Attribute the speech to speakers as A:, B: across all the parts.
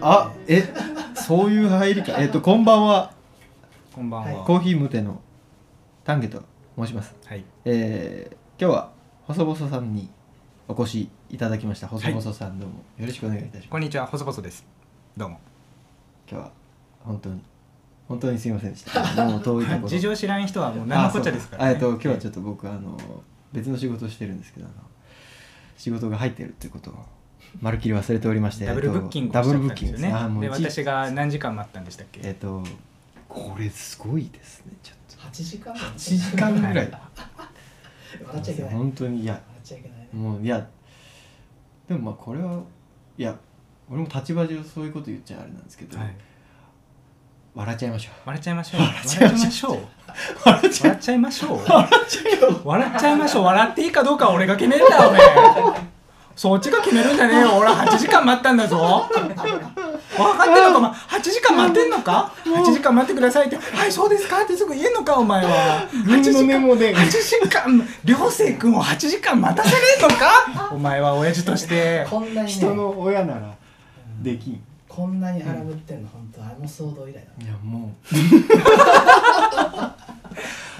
A: あえそういう入りかえっとこんばんは
B: こんばんは。
A: コーヒー無手の丹下と申します
B: はい。
A: えー、今日は細々さんにお越しいただきました細々さんどうもよろしくお願いいたします、
B: こんにちは、細々です。どうも。
A: 今日は本当に本当にすいませんで したもう遠いところ
B: 事情知らん人はもう何のこっちゃですから、
A: あ
B: ね。
A: そうあえっと今日はちょっと僕あの別の仕事をしてるんですけどあの仕事が入ってるってことをまるっきり忘れておりまして
B: ダブルブッキング
A: え
B: を
A: っとダブ
B: しちゃ
A: ルブ
B: っ
A: ッ
B: たん
A: キン
B: で
A: グで
B: すよ
A: すね
B: ね。
A: あーもう
B: で、
A: じ
B: 私が何時間待ったんでしたっけ。
A: えっとこれすごいですねちょっと
C: 8時間
A: 1時間ぐらい
C: 笑っちゃいけない笑
A: 本当にいや
C: っちゃいけないね
A: もういやでもまあこれはいや俺も立場上そういうこと言っちゃあれなんですけど、
B: はい
A: 笑っちゃいましょ
B: 笑っちゃいましょう。笑っちゃいましょう。
A: う笑っちゃい
B: 笑っちゃいましょう。笑っちゃいましょう。笑っていいかどうかは俺が決めるんだよ、おめえそっちが決めるんじゃねえよ。俺は8時間待ったんだぞ。分かってるのか、お前。8時間待ってんのか ?8 時間待ってくださいって。はい、そうですかってすぐ言えんのか、お前は。8
A: 群
B: 時
A: の
B: 間
A: 根もね
B: 8時間涼星君を8時間待たせれんのかお前は親父として
C: こんなにね
A: 人の親ならできん
C: こんなに荒ぶってんの本当あの騒動以来だ
A: いやもう
B: あ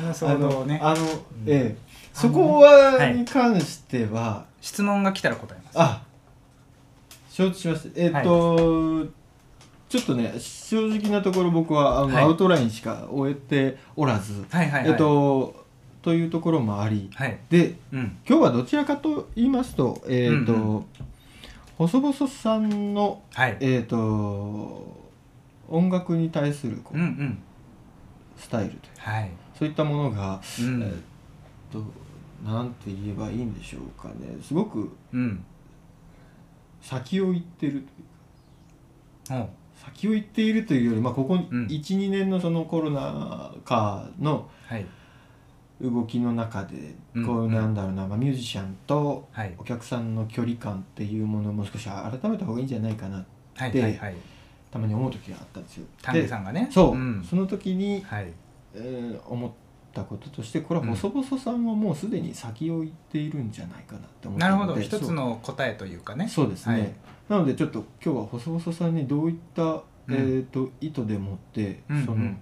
B: の騒動をね
A: あのあの
C: ん
A: ええそこは、
B: はい
A: に関しては
B: 質問が来たら答えます
A: あ承知しましたえっ、と、ちょっとね正直なところ僕はあの、
B: はい
A: アウトラインしか終えておらず、
B: はいはいはい
A: えっ、とというところもあり、
B: はい
A: で
B: うん
A: 今日はどちらかと言いますとえっ、と、
B: うん
A: 細々さんの
B: はい
A: えっ、と音楽に対するこう、
B: うんうん
A: スタイルという
B: はい
A: そういったものが
B: う
A: えーっ
B: ん
A: となんて言えばいいんでしょうかねすごく
B: うん
A: 先を行ってるというか
B: おう
A: 先を行っているというより、まあ、ここ
B: うん
A: 12、年のそのコロナ禍の
B: はい
A: 動きの中で
B: うん
A: こうなんだろうな、まあ、ミュージシャンと
B: はい
A: お客さんの距離感っていうものをもう少し改めた方がいいんじゃないかな
B: はい
A: で
B: はいはい
A: たまに思う時があったんですよ。
B: 丹下
A: で
B: さんがね
A: そう、
B: ん
A: その時に、
B: はい
A: えー思ったこととしてこれは
B: うん
A: 細々さんはもうすでに先を行っているんじゃないかなって思った
B: なるほど
A: で
B: 一
A: そう
B: つの答えというかね
A: そうですね、
B: はい
A: なのでちょっと今日は細々さんにどういった、え
B: ん
A: ー、と意図でもって、
B: うん
A: そうの
B: ん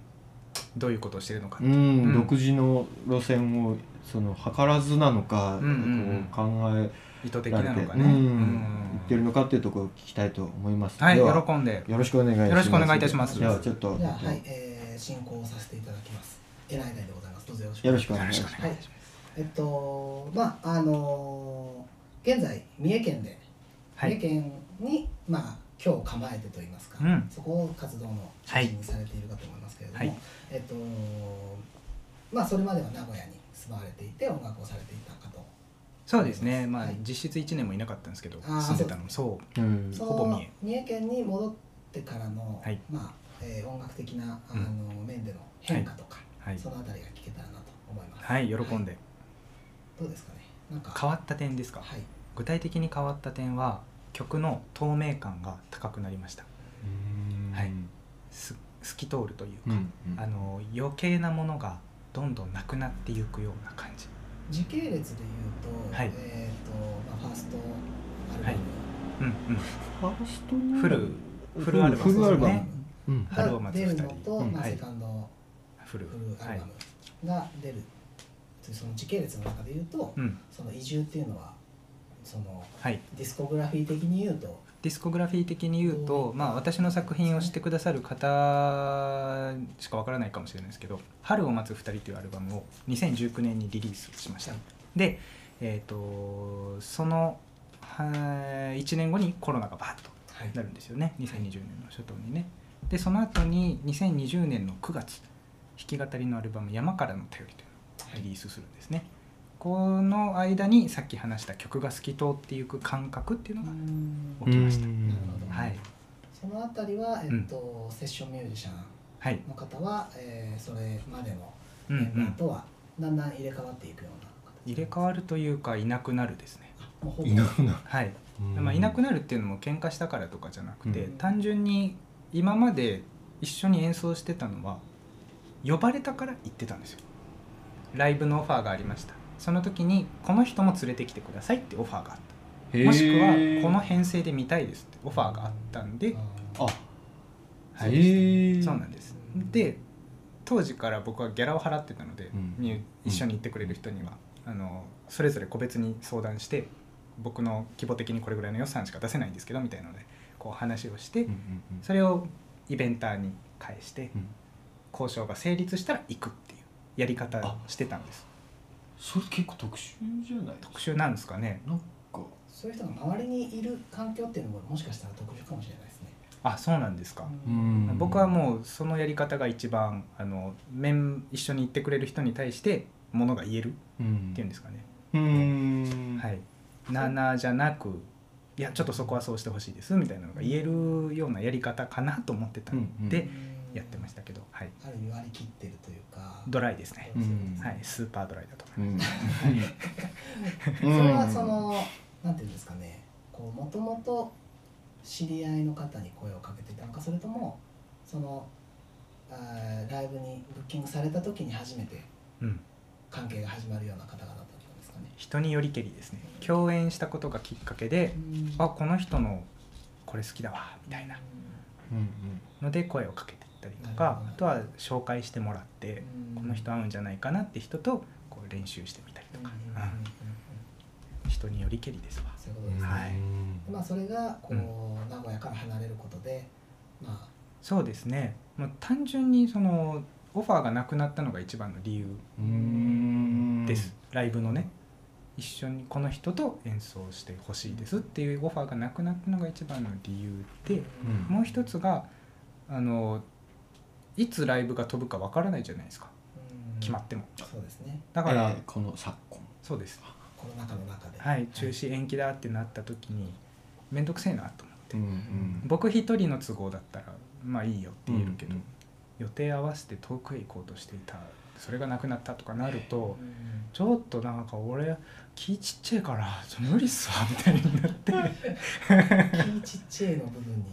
B: どういうことをしてるのか
A: うん、
B: うん
A: 独自の路線をその図らずなのか、
B: うんうん
A: こう考え
B: 意図的
A: ら
B: な
A: れて
B: のかね
A: う
B: うんん
A: 言ってるのかっていうところを聞きたいと思います、
B: はい
A: では
B: 喜んで
A: よろしくお願いします
B: よろしくお願いいたします
A: ではちょっと
C: じゃあはいえー進行させていただきますえらいないでございますどうぞよろしく
A: よろしくお
B: よ
A: 願
B: ろ
A: い
B: し
A: し
B: く
A: ま
B: お
A: す
B: 願いします
C: えっとまああのー現在三重県で
B: は
C: 三重
B: い
C: 県にまあ今日構えてといいますか
B: うん
C: そこを活動の中心にされているかと思いますけれど
B: はい
C: もえっとまあそれまでは名古屋に住まわれていて音楽をされていたかと
B: そうですねまあ
C: はい
B: 実質1年もいなかったんですけど
C: あー
B: 住んでたのそう
A: うん
C: そう
B: ほぼ三重
C: 県に戻ってからの、
B: はい
C: まあえー音楽的なあ
B: うん
C: の、面での変化とか、
B: はい
C: そのあたりが聞けたらなと思います。
B: はい喜んで
C: どうですかね。なんか
B: 変わった点ですか
C: はい。
B: 具体的に変わった点は曲の透明感が高くなりましたはいす透き通るという
A: う
B: か、
A: んうん
B: あの余計なものがどんどんなくなっていくような感じ、
C: 時系列で言うと、
B: はい
C: えっ、とまあファーストアルバム、
B: はいうんうん、
A: ファーストの
B: フルフルアルバム
A: フルアルバム
B: ね
A: うん
B: 春を待つ
C: 出
B: 二
C: る
B: 人
C: のと、
A: うん
C: まあ
B: はい
C: セカンド
B: フル
C: フルア
B: は
C: ル
B: い
C: バ、ムが出る。その時系列の中で言うと、
B: うん
C: その移住っていうのはその
B: はい、
C: ディスコグラフィー的に言うと、
B: ディスコグラフィー的に言うと、まあ、私の作品を知ってくださる方しかわからないかもしれないですけど「春を待つ二人」というアルバムを2019年にリリースしました
C: はい
B: で、えー、とその1年後にコロナがバーッと
C: はい
B: なるんですよね2020年の初頭にねでその後に2020年の9月弾き語りのアルバム「山からの頼り」というのをリリースするんですね、この間にさっき話した曲が透き通っていく感覚っていうのが起きました、
A: うん
C: なるほど
B: はい
C: そのあたりは、えっとセッションミュージシャン
B: はい、
C: の方は、えーそれまでの
B: うんう
C: メンバー
B: ん、
C: とはだんだん入れ替わっていくような
B: 入れ替わるというかいなくなるですね
C: もうほぼ
A: いなくなる
B: はい、
A: うん
B: まあ、いなくなるっていうのも喧嘩したからとかじゃなくて、
A: うん
B: 単純に今まで一緒に演奏してたのは呼ばれたから行ってたんですよライブのオファーがありましたその時にこの人も連れてきてくださいってオファーがあったもしくはこの編成で見たいですってオファーがあったんで
A: あ
B: はい
A: へー
B: そうなんですで当時から僕はギャラを払ってたので、
A: うん
B: み一緒に行ってくれる人には、あのそれぞれ個別に相談して僕の規模的にこれぐらいの予算しか出せないんですけどみたいなのでこう話をして、
A: うんうんうん
B: それをイベンターに返して
A: うん
B: 交渉が成立したら行くっていうやり方をしてたんです
A: それ結構特殊じゃない
B: 特殊なんですかね
A: なんか
C: そういう人が周りにいる環境っていうのももしかしたら特殊かもしれないですね。
B: あそうなんですか、
A: ん
B: 僕はもうそのやり方が一番あの面一緒に行ってくれる人に対してものが言えるっ
A: う
B: ていうん
A: ん
B: ですかね、
A: うん
B: はい、ななじゃなくいやちょっとそこはそうしてほしいですみたいなのが言えるようなやり方かなと思ってたん
A: う
B: で
A: ん
B: やってましたけど、はい、
C: ある意味割り切ってるというか。
B: ドライですね、
A: うん
B: はい、スーパードライだと
A: う
B: 思い
A: ん
C: それはその、なんていうんですかね。こう、もともと知り合いの方に声をかけていたのか、それとも。その。あーライブにブッキングされた時に初めて
B: ます、うん、
C: 関係が始まるような方々だったんですかね。
B: 人によりけりですね共演したことがきっかけであこの人のこれ好きだわみたいな
A: うんうん
B: ので声をかけていったりと
C: なる
B: か
C: ほど
B: あとは紹介してもらって
C: うん
B: この人合うんじゃないかなって人とこう練習してみたりとか、
C: うんうんうんうん
B: うん人によりけりですわ
C: そういうことですね。
B: はい
C: でまあ、それがこう、名古屋から離れることで、ま
B: そうですねもう単純にそのオファーがなくなったのが一番の理由
A: うん
B: です、ライブのね一緒にこの人と演奏してほしいですっていうオファーがなくなったのが一番の理由で
A: うん
B: もう一つがあのいつライブが飛ぶかわからないじゃないですか
C: あ、
B: 決まっても
C: そうですね
B: だから、
A: えーこの昨今
B: そうです
C: コロナ禍の中で、
B: はい中止延期だってなった時に面倒くせえなと思って、
A: うんうん
B: 僕一人の都合だったらまあいいよって言えるけど、
A: うんうん
B: 予定合わせて遠くへ行こうとしていたそれがなくなったとかなると
C: うん
B: ちょっとなんか俺気ちっちゃいからちょ無理っすわみたいになって
C: 気ちっちゃいの部分に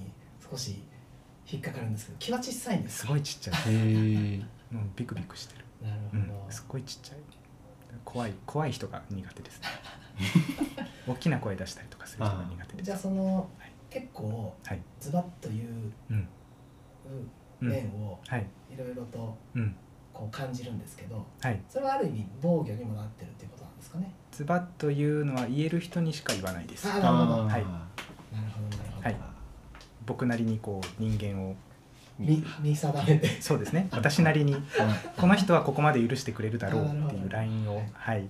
C: 少し引っかかるんですけど気は小さいんです
B: すごいちっちゃ
A: へえ
B: いもうビクビクしてる、
C: なる
B: うん、すごいちっちゃい怖い怖い人が苦 手ですね大きな声出したりとかする人が苦手で
C: じ
B: す
C: ゃあその
B: い
C: 結構
B: はい
C: ズバッという
B: うん
C: う
B: うん
C: 面を
B: はい
C: いろいろと
B: うん
C: こう感じるんですけど
B: はい
C: それはある意味防御にもなってるっていうことなんですかね
B: ズバッというのは言える人にしか言わないです
C: あなるほど
A: あ
B: はい
C: なるほどなるほど、
B: はい僕なりにこう人間を
C: 見見定めて
B: そうですね私なりにこの人はここまで許してくれるだろう
C: あな
B: って
C: る
B: い
C: ほど
B: うラインをはい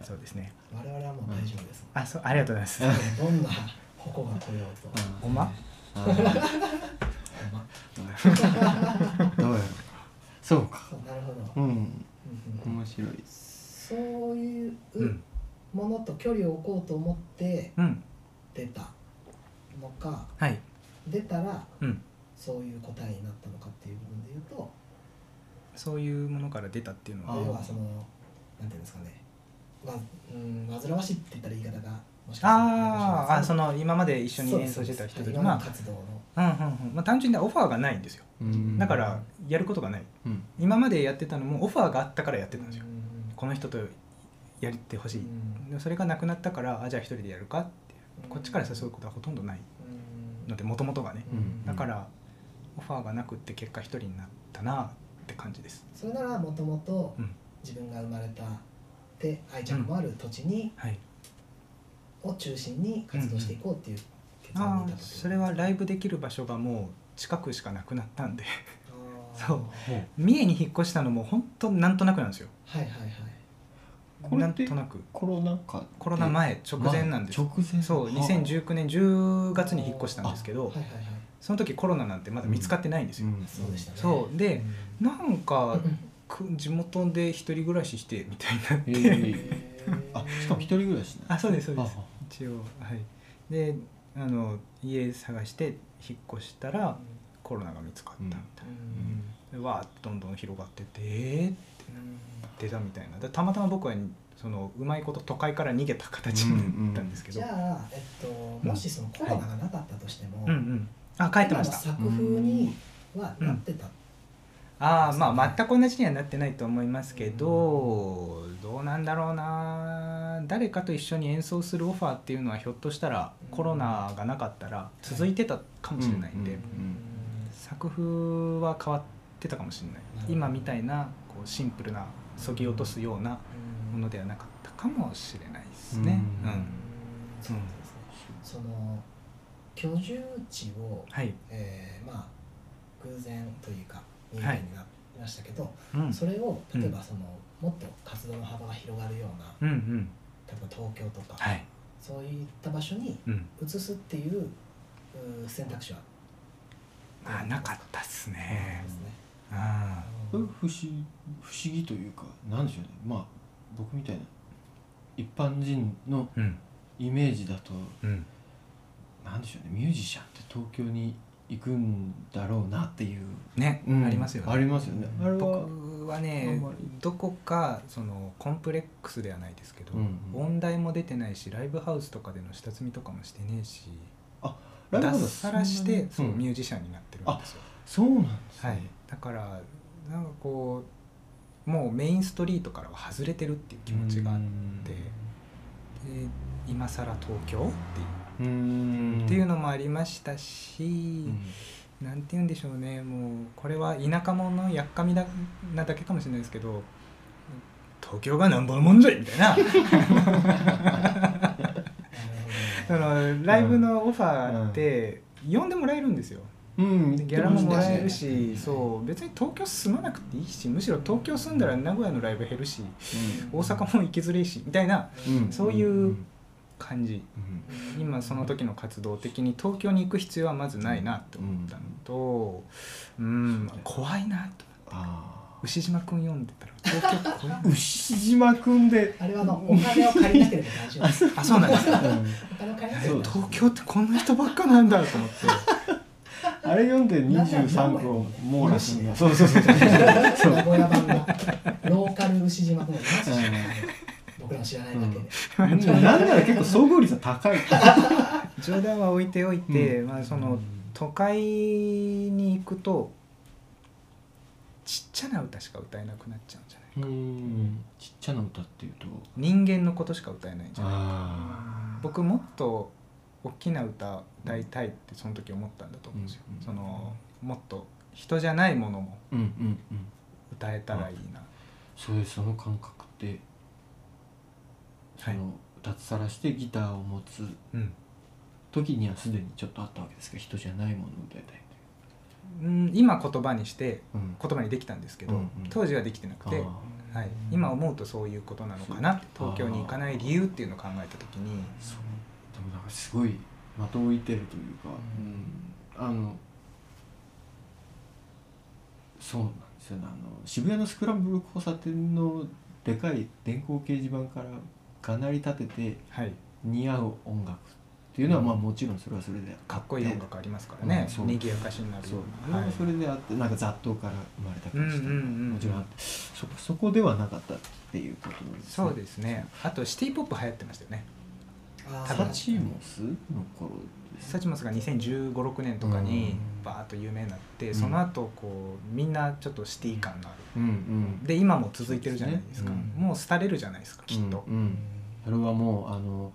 B: そうですね
C: 我々はもう大丈夫です
B: あそうありがとうございます
C: どんな矛が来ようと
B: ごま
A: あー
C: ほんま
A: どうやろうそうか
C: そうなるほど、
A: う
C: う
A: ん
C: んうん
A: 面白いです
C: そういう
B: うん
C: ものと距離を置こうと思って
B: うん
C: 出たのか
B: はい
C: 出たら
B: うん
C: そういう答えになったのかっていう部分で言うと
B: そういうものから出たっていうの
A: あー
B: は
C: 要はそのなんていうんですかねわうん煩わしいって言ったら言い方がもしか
B: あーあそ
C: の
B: の今まで一緒に演奏してた人たち
C: 今の
B: ま
C: 活動の
B: あうんうんうんまあ単純にオファーがないんですよ
A: うん
B: だからやることがない
A: うん
B: 今までやってたのもオファーがあったからやってたんですよ
C: うんうん
B: この人とやってほしい
C: うん
B: でそれがなくなったからあじゃあ一人でやるかって
C: うん
B: こっちから誘うことはほとんどな
C: う
B: い
C: ん
B: のでもともとがね
A: うん
B: だからオファーがなくって結果一人になったなって感じです
C: それならもともと
B: うん
C: 自分が生まれたで愛着もある土地に、
B: はい
C: を中心に活動していこうっていう決断に至っ
B: あ
C: た
B: あ
C: と
B: それはライブできる場所がもう近くしかなくなったんで そう
A: ほう
B: 三重に引っ越したのも本当なんとなくなんですよ
C: はいはいはい
A: これ
B: な
A: っ
B: ん
A: て
B: となく
A: コロナ禍
B: コロナ前直前なんです
A: 直前
B: そう2019年10月に引っ越したんですけ
C: は
B: ど
C: いはいはい
B: その時コロナなんてまだ見つかってないんですよ、
A: ん
C: そうでしたね
B: そう
C: う
B: で
C: ん
B: なんか
C: うん
B: く地元で一人暮らししてみたいになって、
A: えーあしかも一人暮らしね
B: あそうですそうです
A: ああ
B: 一応はいであの家探して引っ越したらコロナが見つかったみたい
C: うん
B: な、でわーっとどんどん広がってってえーって出たみたいなでたまたま僕はそのうまいこと都会から逃げた形になったんですけど、
C: じゃあ、えっと、もしそのコロナがなかったとしても、
B: うんうんあ帰ってました
C: 今の作風にはなってた、
B: ああまあ全く同じにはなってないと思いますけど、どうなんだろうな誰かと一緒に演奏するオファーっていうのはひょっとしたら
C: うん
B: コロナがなかったら続いてたかもしれないんで、
A: うんうん
B: 作風は変わってたかもしれない
C: なるほど
B: 今みたいなこうシンプルなそぎ落とすようなものではなかったかもしれないですね。
A: うん
B: うん
C: そうですねその居住地を、
B: はい、
C: えーまあ偶然というか
B: い
C: 人間になりましたけど、
B: うん
C: それを
B: うん
C: 例えばその、もっと活動の幅が広がるような
B: うんうん
C: 例えば東京とか、
B: はい
C: そういった場所に
B: うん
C: 移すっていううー選択肢は
B: まあなかったっすね
C: で。すね。
B: あ
A: 不思議不思議というかなんでしょうねまあ僕みたいな一般人の
B: ーうん
A: イメージだと
B: うん
A: なんでしょうねミュージシャンって東京に行くんだろうなっていう、
B: ね、
A: うん
B: ありますよね。
A: ありますよねあれは
B: 僕は
A: あん
B: ね
A: まり
B: どこかそのコンプレックスではないですけど、
A: うんうん
B: 音大も出てないしライブハウスとかでの下積みとかもしてねえし
A: ライブハウ
B: 脱
A: ス
B: サラして
A: そ
B: そ
A: ん
B: う
A: なに
B: ミュージシャンになってるんですよ、
A: そうなんですね
B: はい、だからなんかこうもうメインストリートからは外れてるっていう気持ちがあってで今更東京っていう,、
A: うーん
B: っていう
A: の
B: のもありましたし、なんて言うんでしょうねもうこれは田舎者のやっかみだなだけかもしれないですけど東京がなんぼのもんじゃいみたい なそ
C: なるほどね
B: のライブのオファーがあって、呼んでもらえるんですよ
A: うん
B: でギャラももら
C: 言
B: える
C: ってま
B: し
C: したね
B: そう別に東京住まなくていいしむしろ東京住んだら名古屋のライブ減るし大阪も行きづれいしみたいな
A: うんうん
B: そういう感じ
A: うん
B: 今その時の活動的に東京に行く必要はまずないなと思ったのとうん怖いなと
A: あ
B: 牛島くん読んでたら東京怖い
A: ー牛島くんで
C: あれはあのお金を借りなければ大丈夫です。
B: あそうなんですか
C: お金を借りなけれ
A: そう
C: ば
A: だ
B: 東京ってこんな人ばっかなんだと思って
A: あれ読んで23区を網羅するん だそうそうそう
C: 名古屋版がローカル牛島公園僕らの知らないだけで、
A: うんなんなら結構総合率は高い
B: 冗談は置いておいて、まあ、その都会に行くとちっちゃな歌しか歌えなくなっちゃうんじゃない
A: うんちっちゃな歌っていうと
B: 人間のことしか歌えないんじゃない
A: あ
B: 僕もっと大きな歌歌いたいってその時思ったんだと思うんですよ、
A: うん
B: そのもっと人じゃないものも
A: うんうんうん
B: 歌えたらいいな、
A: そういうその感覚ってそ
B: はい
A: の脱サラしてギターを持つ
B: うん
A: 時にはすでにちょっとあったわけですけど人じゃないものを歌いたい
B: うん、今言葉にして
A: という
B: 言葉にできたんですけど、
A: うんうん
B: 当時はできてなくて、
A: あ
B: はい、今思うとそういうことなのかなって東京に行かない理由っていうのを考えた時に
A: ーそうでもなんかすごい的を置いてるというか、うんあのそうなんですよねあの渋谷のスクランブル交差点のでかい電光掲示板からがなり立てて
B: はい
A: 似合う音楽っていうのは、まあもちろんそれはそれで
B: かっこいい音楽ありますからね
A: うんそう
B: 賑やかしになる
A: そう
B: よう
A: それ
B: な
A: は
B: はい
A: それであってなんか雑踏から生まれた感じとか、
B: うんうんうんうん
A: もちろんあってそこそこではなかったっていうことなんです
B: そうですねあとシティ・ポップ流行ってましたよね
C: あ
A: サチーモスの頃です
B: サチモスが2 0 1 5 6年とかに
A: うん
B: バーッと有名になって、
A: うん
B: その後こうみんなちょっとシティ感のある
A: うんうん
B: で今も続いてるじゃないですか
A: そうですねうん
B: もう廃れるじゃないですかきっと、
A: うんうんそれはもうあの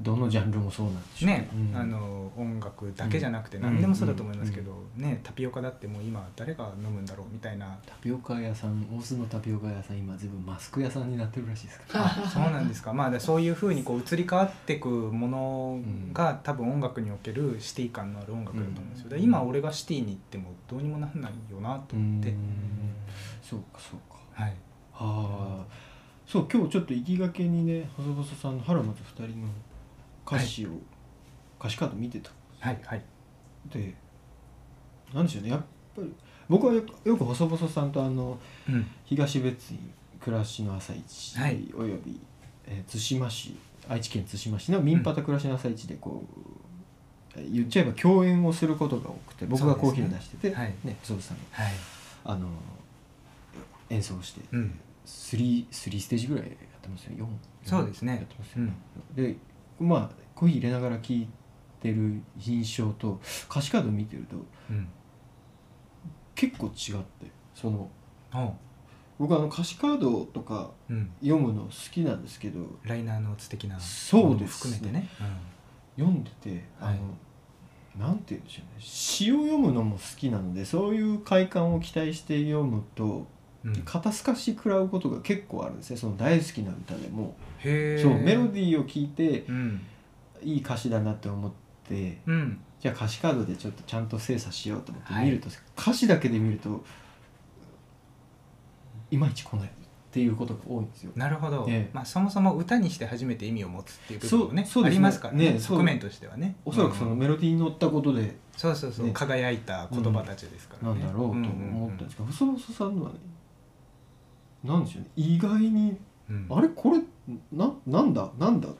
A: どのジャンルもそうなんでしょう
B: ね、
A: うん
B: あの音楽だけじゃなくて何でもそうだと思いますけど、ねタピオカだってもう今誰が飲むんだろうみたいな
A: タピオカ屋さん大須のタピオカ屋さん今全部マスク屋さんになってるらしいですから
B: あそうなんですかまあだそういうふうにこう移り変わってくものが多分音楽におけるシティ感のある音楽だと思うんですよ、で今俺がシティに行ってもどうにもなんないよなと
A: う
B: 思
A: ん
B: って、
A: そうかそうか
B: はい
A: ああそう今日ちょっと行きがけにね細々さんの春松二人の歌詞を、歌詞カード見てた
B: はいはい
A: でなんでしょうねやっぱり僕はよくよく細々さんとあの
B: うん
A: 東別院暮らしの朝市、
B: はい
A: および、えー対馬市愛知県対馬市の民パタ暮らしの朝市でこう、えー言っちゃえば共演をすることが多くて僕がコーヒーを出してて、
B: そうですねはい
A: ね細々さんが
B: はい
A: あの演奏して
B: うん
A: 3ステージぐらいやってますよ4
B: そうですね
A: やってますよね、でまあコーヒー入れながら聴いってる印象と歌詞カード見てると
B: うん
A: 結構違ってその
B: うん
A: 僕あの歌詞カードとか
B: うん
A: 読むの好きなんですけど
B: ライナーノーツ的な
A: そうです
B: ものも含めてね、
A: 読んでてあの、
B: はい
A: なんて言うんでしょうね詩を読むのも好きなのでそういう快感を期待して読むと
B: うんうん、へ
A: 肩透かし食らうことが結構あるんですねその大好きな歌でも、
B: え
A: そうメロディーを聞いて
B: うん
A: いい歌詞だなって思って
B: うん
A: じゃあ歌詞カードでちょっとちゃんと精査しようと思って
B: はい
A: 見ると、歌詞だけで見るといまいち来ないっていうことが多いんですよ。
B: なるほど、
A: ええ
B: まあ、そもそも歌にして初めて意味を持つっていう部分もね
A: そうそう
B: あ
A: ですね
B: りますからね
A: ねそう
B: 側面としてはね
A: おそらくその
B: うん
A: メロディーに乗ったことで
B: そうそうそう、
A: ね
B: 輝いた言葉たちですから
A: な
B: ね、
A: んだろうと
B: ん
A: 思ったんですけど細々さんのはねなんでしょうね意外に
B: うんうん
A: あれこれななんだなんだっ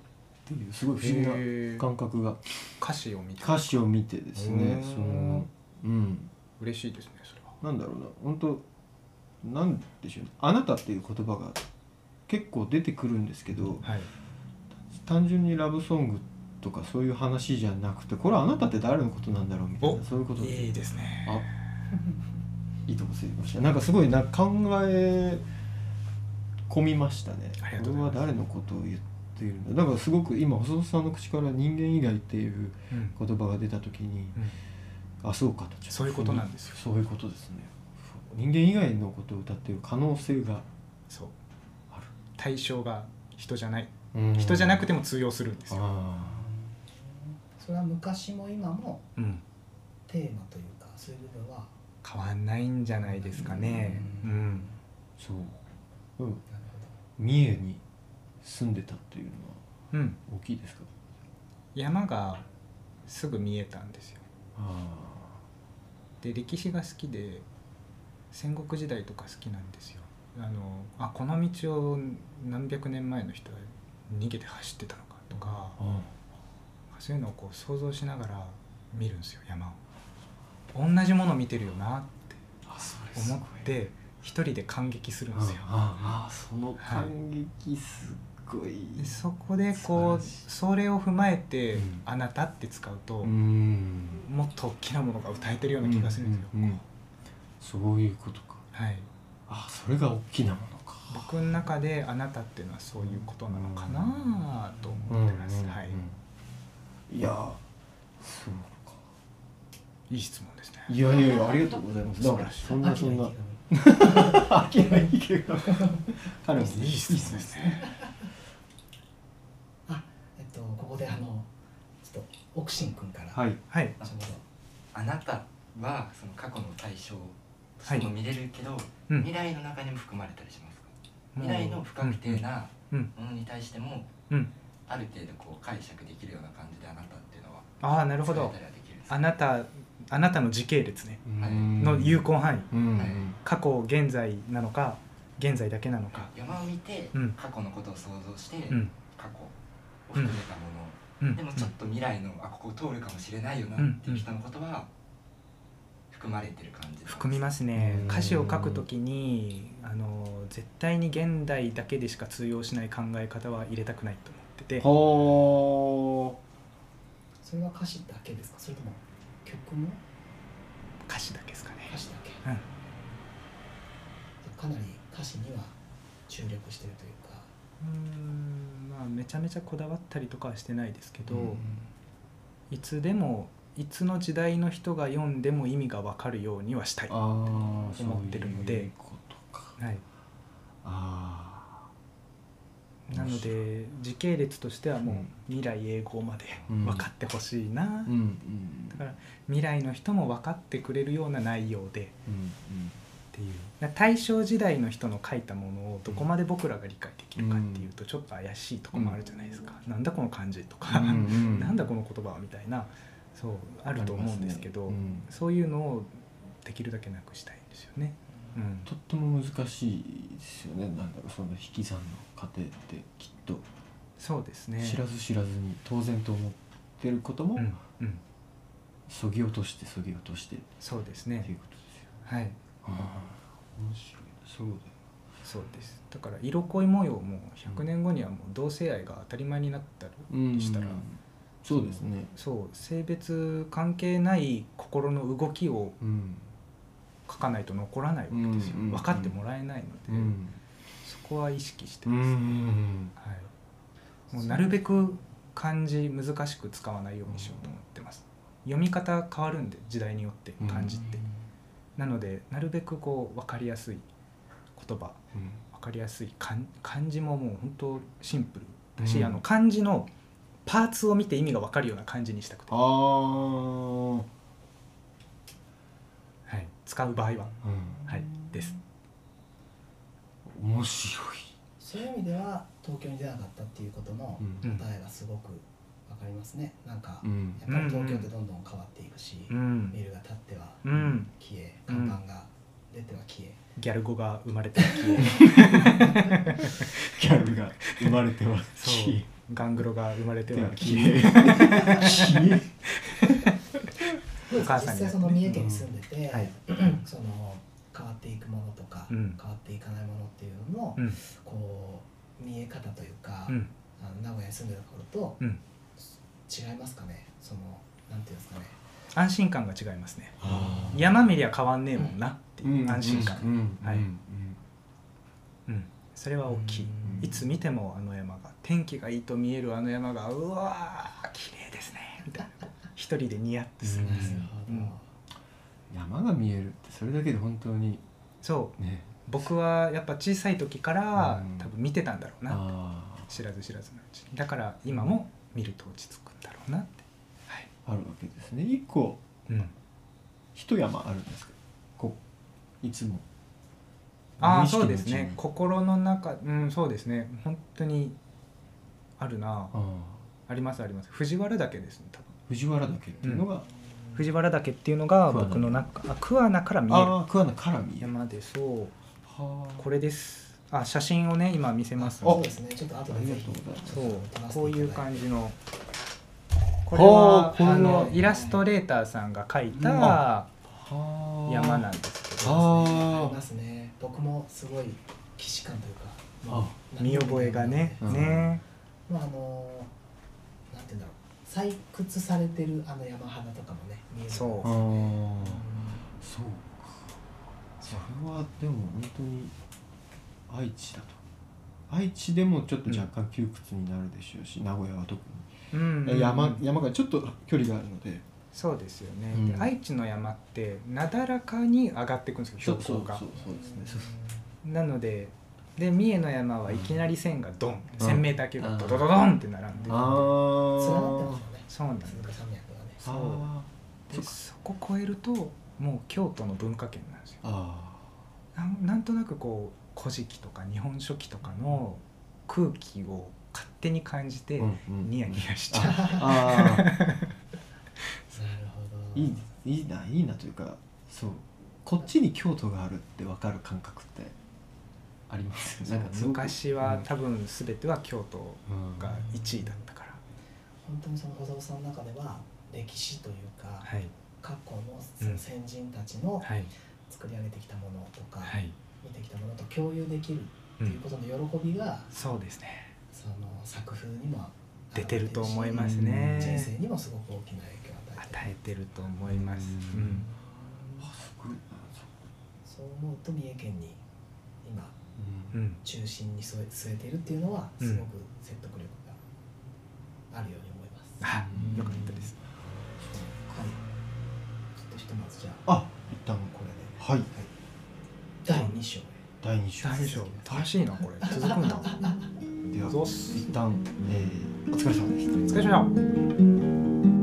A: ていうすごい不思議な
B: へえ
A: 感覚が
B: 歌詞を見て
A: 歌詞を見てです
B: う
A: ね
B: ん
A: そのうん
B: 嬉しいですねそれは
A: なんだろうな本当なんでしょうね「あなた」っていう言葉が結構出てくるんですけど
B: はい、
A: 単純にラブソングとかそういう話じゃなくてこれあなたって誰のことなんだろうみたい
B: お
A: なそういうことで
B: いいですね
A: あいいとこついてましたなんかすごいな考え込みましたね
B: ありが
A: こと
B: う
A: れ
B: ございま
A: は
B: す
A: 誰のことを言っているんだだからすごく今細野さんの口から「人間以外」っていう
B: うん
A: 言葉が出た時に
B: うん
A: あそうかと
B: そういうことなんですよ
A: そういうことですね人間以外のことを歌っている可能性が
B: そう
A: ある
B: 対象が人じゃない人じゃなくても通用するんですよ、
A: あ
C: それは昔も今も
B: うん、
C: テーマというかそういう部分は
B: 変わんないんじゃないですかねう、
C: うんん
A: あそう、うん、
C: なる
A: 三重に住んでたっていうの
B: うん
A: は大きいですか
B: 山がすぐ見えたんですよ
A: あ
B: で歴史が好きで戦国時代とか好きなんですよあのあこの道を何百年前の人は逃げて走ってたのかとか
A: ーあ
B: そういうのをこう想像しながら見るんですよ山を同じもの見てるよなって
A: あそれ
B: 思って一人で感激するんですよ
A: ああその感激すごい、
B: でそこでこ
A: 素晴ら
B: う
A: しい
B: それを踏まえて
A: うん
B: 「あなた」って使うと、
A: うん
B: もっと大きなものが歌えてるような気がするんですよ、
A: うんうんうんそういうことか
B: はい、
A: あそれが大きなものか
B: 僕の中で「あなた」っていうのはそういうことなのかなと思ってます、はい、
A: いやーそうか
B: いい質問ですね
A: いやいやいやありがとうございますだから
B: 素
A: そ
B: 晴
A: ん
C: ほど
A: なそんな
C: 秋の
A: 秋の池が彼もね
B: いい質問ですね
C: えっとここであのちょっと奥信君から、
A: はい
B: はい
D: なるほどあなたはその過去の対象としても見れるけど、
B: うん
D: 未来の中にも含まれたりしますか
B: もう
D: 未来の不確定な
B: うんう
D: も
B: ん
D: のに対しても、
B: うん
D: ある程度こう解釈できるような感じであなたっていうのは
B: ああなるほ
D: 使え
B: ど
D: たりはできるんですか
B: あなたあなたの時系列ね
A: う
D: はい
A: ん
B: の有効範囲
A: うん
D: はい
B: 過去現在なのか現在だけなのか
D: 山を見て、
B: うん
D: 過去のことを想像して、
B: うん
D: 過去を含めたもの、
B: うん
D: でもちょっと未来のあここ通るかもしれないよなっていう人のことは含まれてる感じなんですか
B: 含みますね
A: うん
B: 歌詞を書くときにあの絶対に現代だけでしか通用しない考え方は入れたくないと思ってて
A: ほ
C: それは歌詞だけですかそれとも曲も
B: 歌詞だけですかね
C: 歌詞だけ、
B: うん
C: かなり歌詞には注力してるというか
B: うーんまあめちゃめちゃこだわったりとかはしてないですけど、いつでもいつの時代の人が読んでも意味が分かるようにはしたい、
A: ーあ
B: は
A: あ
B: 思ってるの
A: そ
B: で
A: ういうことか
B: い、
A: ああ
B: なので時系列としてはもう
A: うん
B: 未来永劫まで
A: うん
B: 分かってほしいな、
A: うんうん
B: だから未来の人も分かってくれるような内容でっ
A: うん
B: ていうだから大正時代の人の書いたものをどこまで僕らが理解できるかっていうとちょっと怪しいとこもあるじゃないですか、なんだこの漢字とか、
A: うんうんうん
B: なんだこの言葉はみたいなそうあると思うんですけ
A: あ
B: ど
A: りますねうん
B: そういうのをできるだけなくしたいんですよね。うん
A: とっても難しいですよねなんだろうその引き算の過程ってきっと
B: そうですね。
A: 知らず知らずに当然と思ってることも
B: うん、うん、
A: そぎ落としてそぎ落としてっ
B: そうです
A: ていう
B: ね。
A: ことですよね
B: はい、
A: 面白いそう
B: そうです。だから色恋模様も100年後にはもう同性愛が当たり前になった
A: だよ
B: りしたら、
A: そうですね
B: そう性別関係ない心の動きを
A: うん
B: 書かないと残らないわけですよ、
A: うんうんうん
B: 分かってもらえないの
A: う
B: で、
A: ん
B: そこは意識して
A: う
B: ます、
A: ん
B: はい、もうなるべく漢字難しく使わないようにしようと思ってます読み方変わるんで時代によって漢字って、なのでなるべくこう分かりやすい言葉
A: うん
B: 分かりやすい漢漢字ももう本当シンプルだし、
A: うん
B: あの漢字のパーツを見て意味が分かるような漢字にしたくて、
A: あー
B: はい、使う場合は、
A: うん
B: はい、です
A: 面白い
C: そういう意味では東京に出なかったっていうことの
A: う
B: うんん
C: 答えがすごくわかりますねなんか
A: うん
C: やっぱり東京ってどんどん変わっていくし、
B: うん
C: ビルが建っては
B: うん
C: 消え
B: う
C: 看
B: ん
C: 板が出ては消え、
B: ギャル語が生まれてき
A: ギャルが生まれては
B: そ
A: 消
B: う
A: え
B: ガングロが生まれては
A: 消
B: 消
A: え
B: え
A: 消え
B: お母さん
C: 実
B: に
C: 際
B: なって
C: その三重県に住んでて、
B: はい
C: その変わっていくものとか、
B: うん
C: 変わっていかないものっていうのの、
B: うん
C: こう見え方というか、
B: うん
C: あの名古屋に住んでた頃と、
B: うん
C: 違いますかねそのなんていうんですかね
B: 安心感が違いますね
A: あー
B: 山見りゃ変わんねえもんなっていううん安心感、
A: うんうん
B: はい
A: うん
B: うんそれは大きい
C: うん
B: いつ見てもあの山が天気がいいと見えるあの山がうわー綺麗ですねみたいな一人でニヤッとするんですよ、
C: なる
A: 山が見えるってそれだけで本当に
B: そう
A: ね
B: 僕はやっぱ小さい時から
A: うん
B: 多分見てたんだろうな
A: あ
B: 知らず知らずのうちにだから今も見ると落ち着くんだろうなってはい、
A: ーあるわけですね一個
B: うん、
A: 一山あるんですかこういつも
B: あ
A: 無
B: あ
A: 意識
B: そ
A: の
B: う
A: ちに
B: ですね心の中うんそうですね本当にあるな
A: あー
B: ありますあります藤原岳ですね多分
A: 藤原岳っていうのが、
C: ほど
B: 藤原岳っていうのが
A: 桑名
B: 僕の中あ桑名から見える
A: ああ桑名から見える
B: 山でそう
A: はあ
B: これですあ写真をね今見せます
C: そうですねちょっと後でぜひ
A: ありがとうございます
B: そう
C: 撮らせて
B: こういう
C: ただて
B: 感じのこれは
A: これは
B: あのイラストレーターさんが描いた
A: はあ
B: 山なんですけど
A: あ
C: あ
A: ー
C: りますね僕もすごい既視感というか
A: あ
B: 見覚えがね
A: うん
B: ね
C: まああのなんて言うんだろう採掘されてるあの山肌とかもね見える
B: そう
A: あーそうかそれはでも本当に愛知だと愛知でもちょっと若干窮屈になるでしょうし、名古屋は特
B: うんうんう
A: に
B: ん
A: 山山からちょっと距離があるので
B: そうですよね、
A: うん
B: で愛知の山ってなだらかに上がっていくんですよ標高が
A: そうそうそうですねそうそう
B: なのでで三重の山はいきなり線がドン、
A: うん
B: 1000m 級がドドドドンって並んでる
C: 連
A: あ
C: なってます
A: ー
C: よね
B: そうなんです
C: 鈴鹿山脈がね
B: そ
A: あ
B: う
A: ー
B: でそこ越えるともう京都の文化圏なんですよ
A: あ
B: なんなんとなくこう「古事記」とか「日本書紀」とかの空気を勝手に感じ
A: ー
B: て
A: うんうん
B: ニヤニヤしちゃう、
A: あー
C: なる ほど
A: いいいいないいなというかそうこっちに京都があるって分かる感覚ってありますよねなんかすごく
B: 昔は
A: うん
B: 多分全ては京都
A: うん
B: が1位だったから、
C: 本当にその小沢さんの中では歴史というか、
B: はい
C: 過去のその先人たちの
B: はい
C: 作り上げてきたものとか、
B: はい、
C: 見てきたものと共有できる
B: う、
C: っていうんことの喜びが、
B: そうですね
C: その作風にも
B: 出てると思いますす
A: うん
C: 人
B: ね
C: 生にもすごく大きな影響を与えてる
B: 与えてると思います、
A: う
B: うんん、
A: あすごいなそう
C: そう思うと三重県に今
A: う
B: うんん、
C: 中心に据え据えているっていうのは
B: うん
C: すごく説得力があるように思います、はい
B: あよかったです
C: ちょっとひとまずじゃあ
A: あ一旦
C: これで
A: はい
C: 第2章へ
A: 第二章
B: 大丈夫楽しいなこれ続くん だ
A: では
B: どうす
A: 一旦、えー、お疲れ様でした
B: お疲れ様でした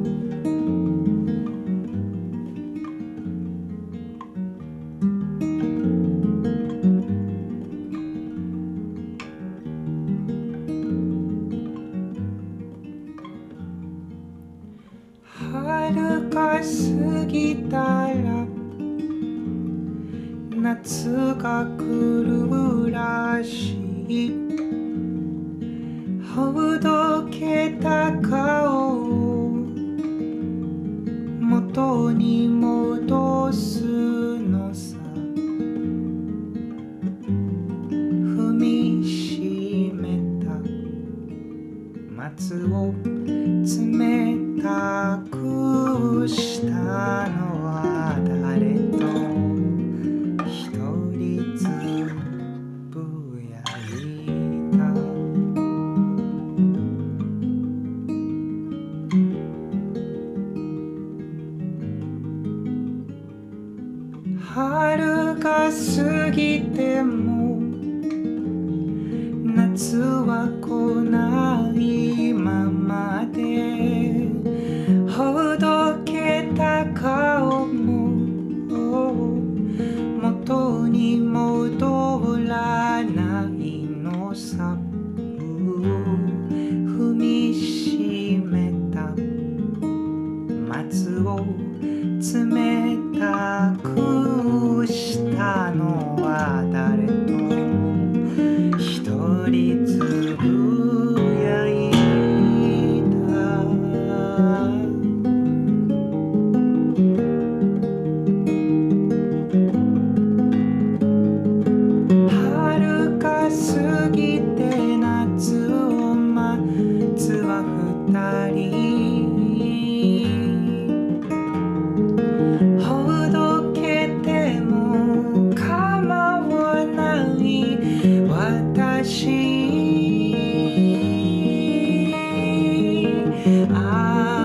B: 春が過ぎたら夏が来るらしいほどけた顔を元に戻すのさ踏みしめた松を冷託したのは誰と一人つぶやいた春が過ぎても夏は来ないままでほどけた顔も元に戻らないのさ踏みしめた松を冷たくしたのは誰と一人つぶやいた春が過ぎて夏を待つは二人ほどけても構わない私ああ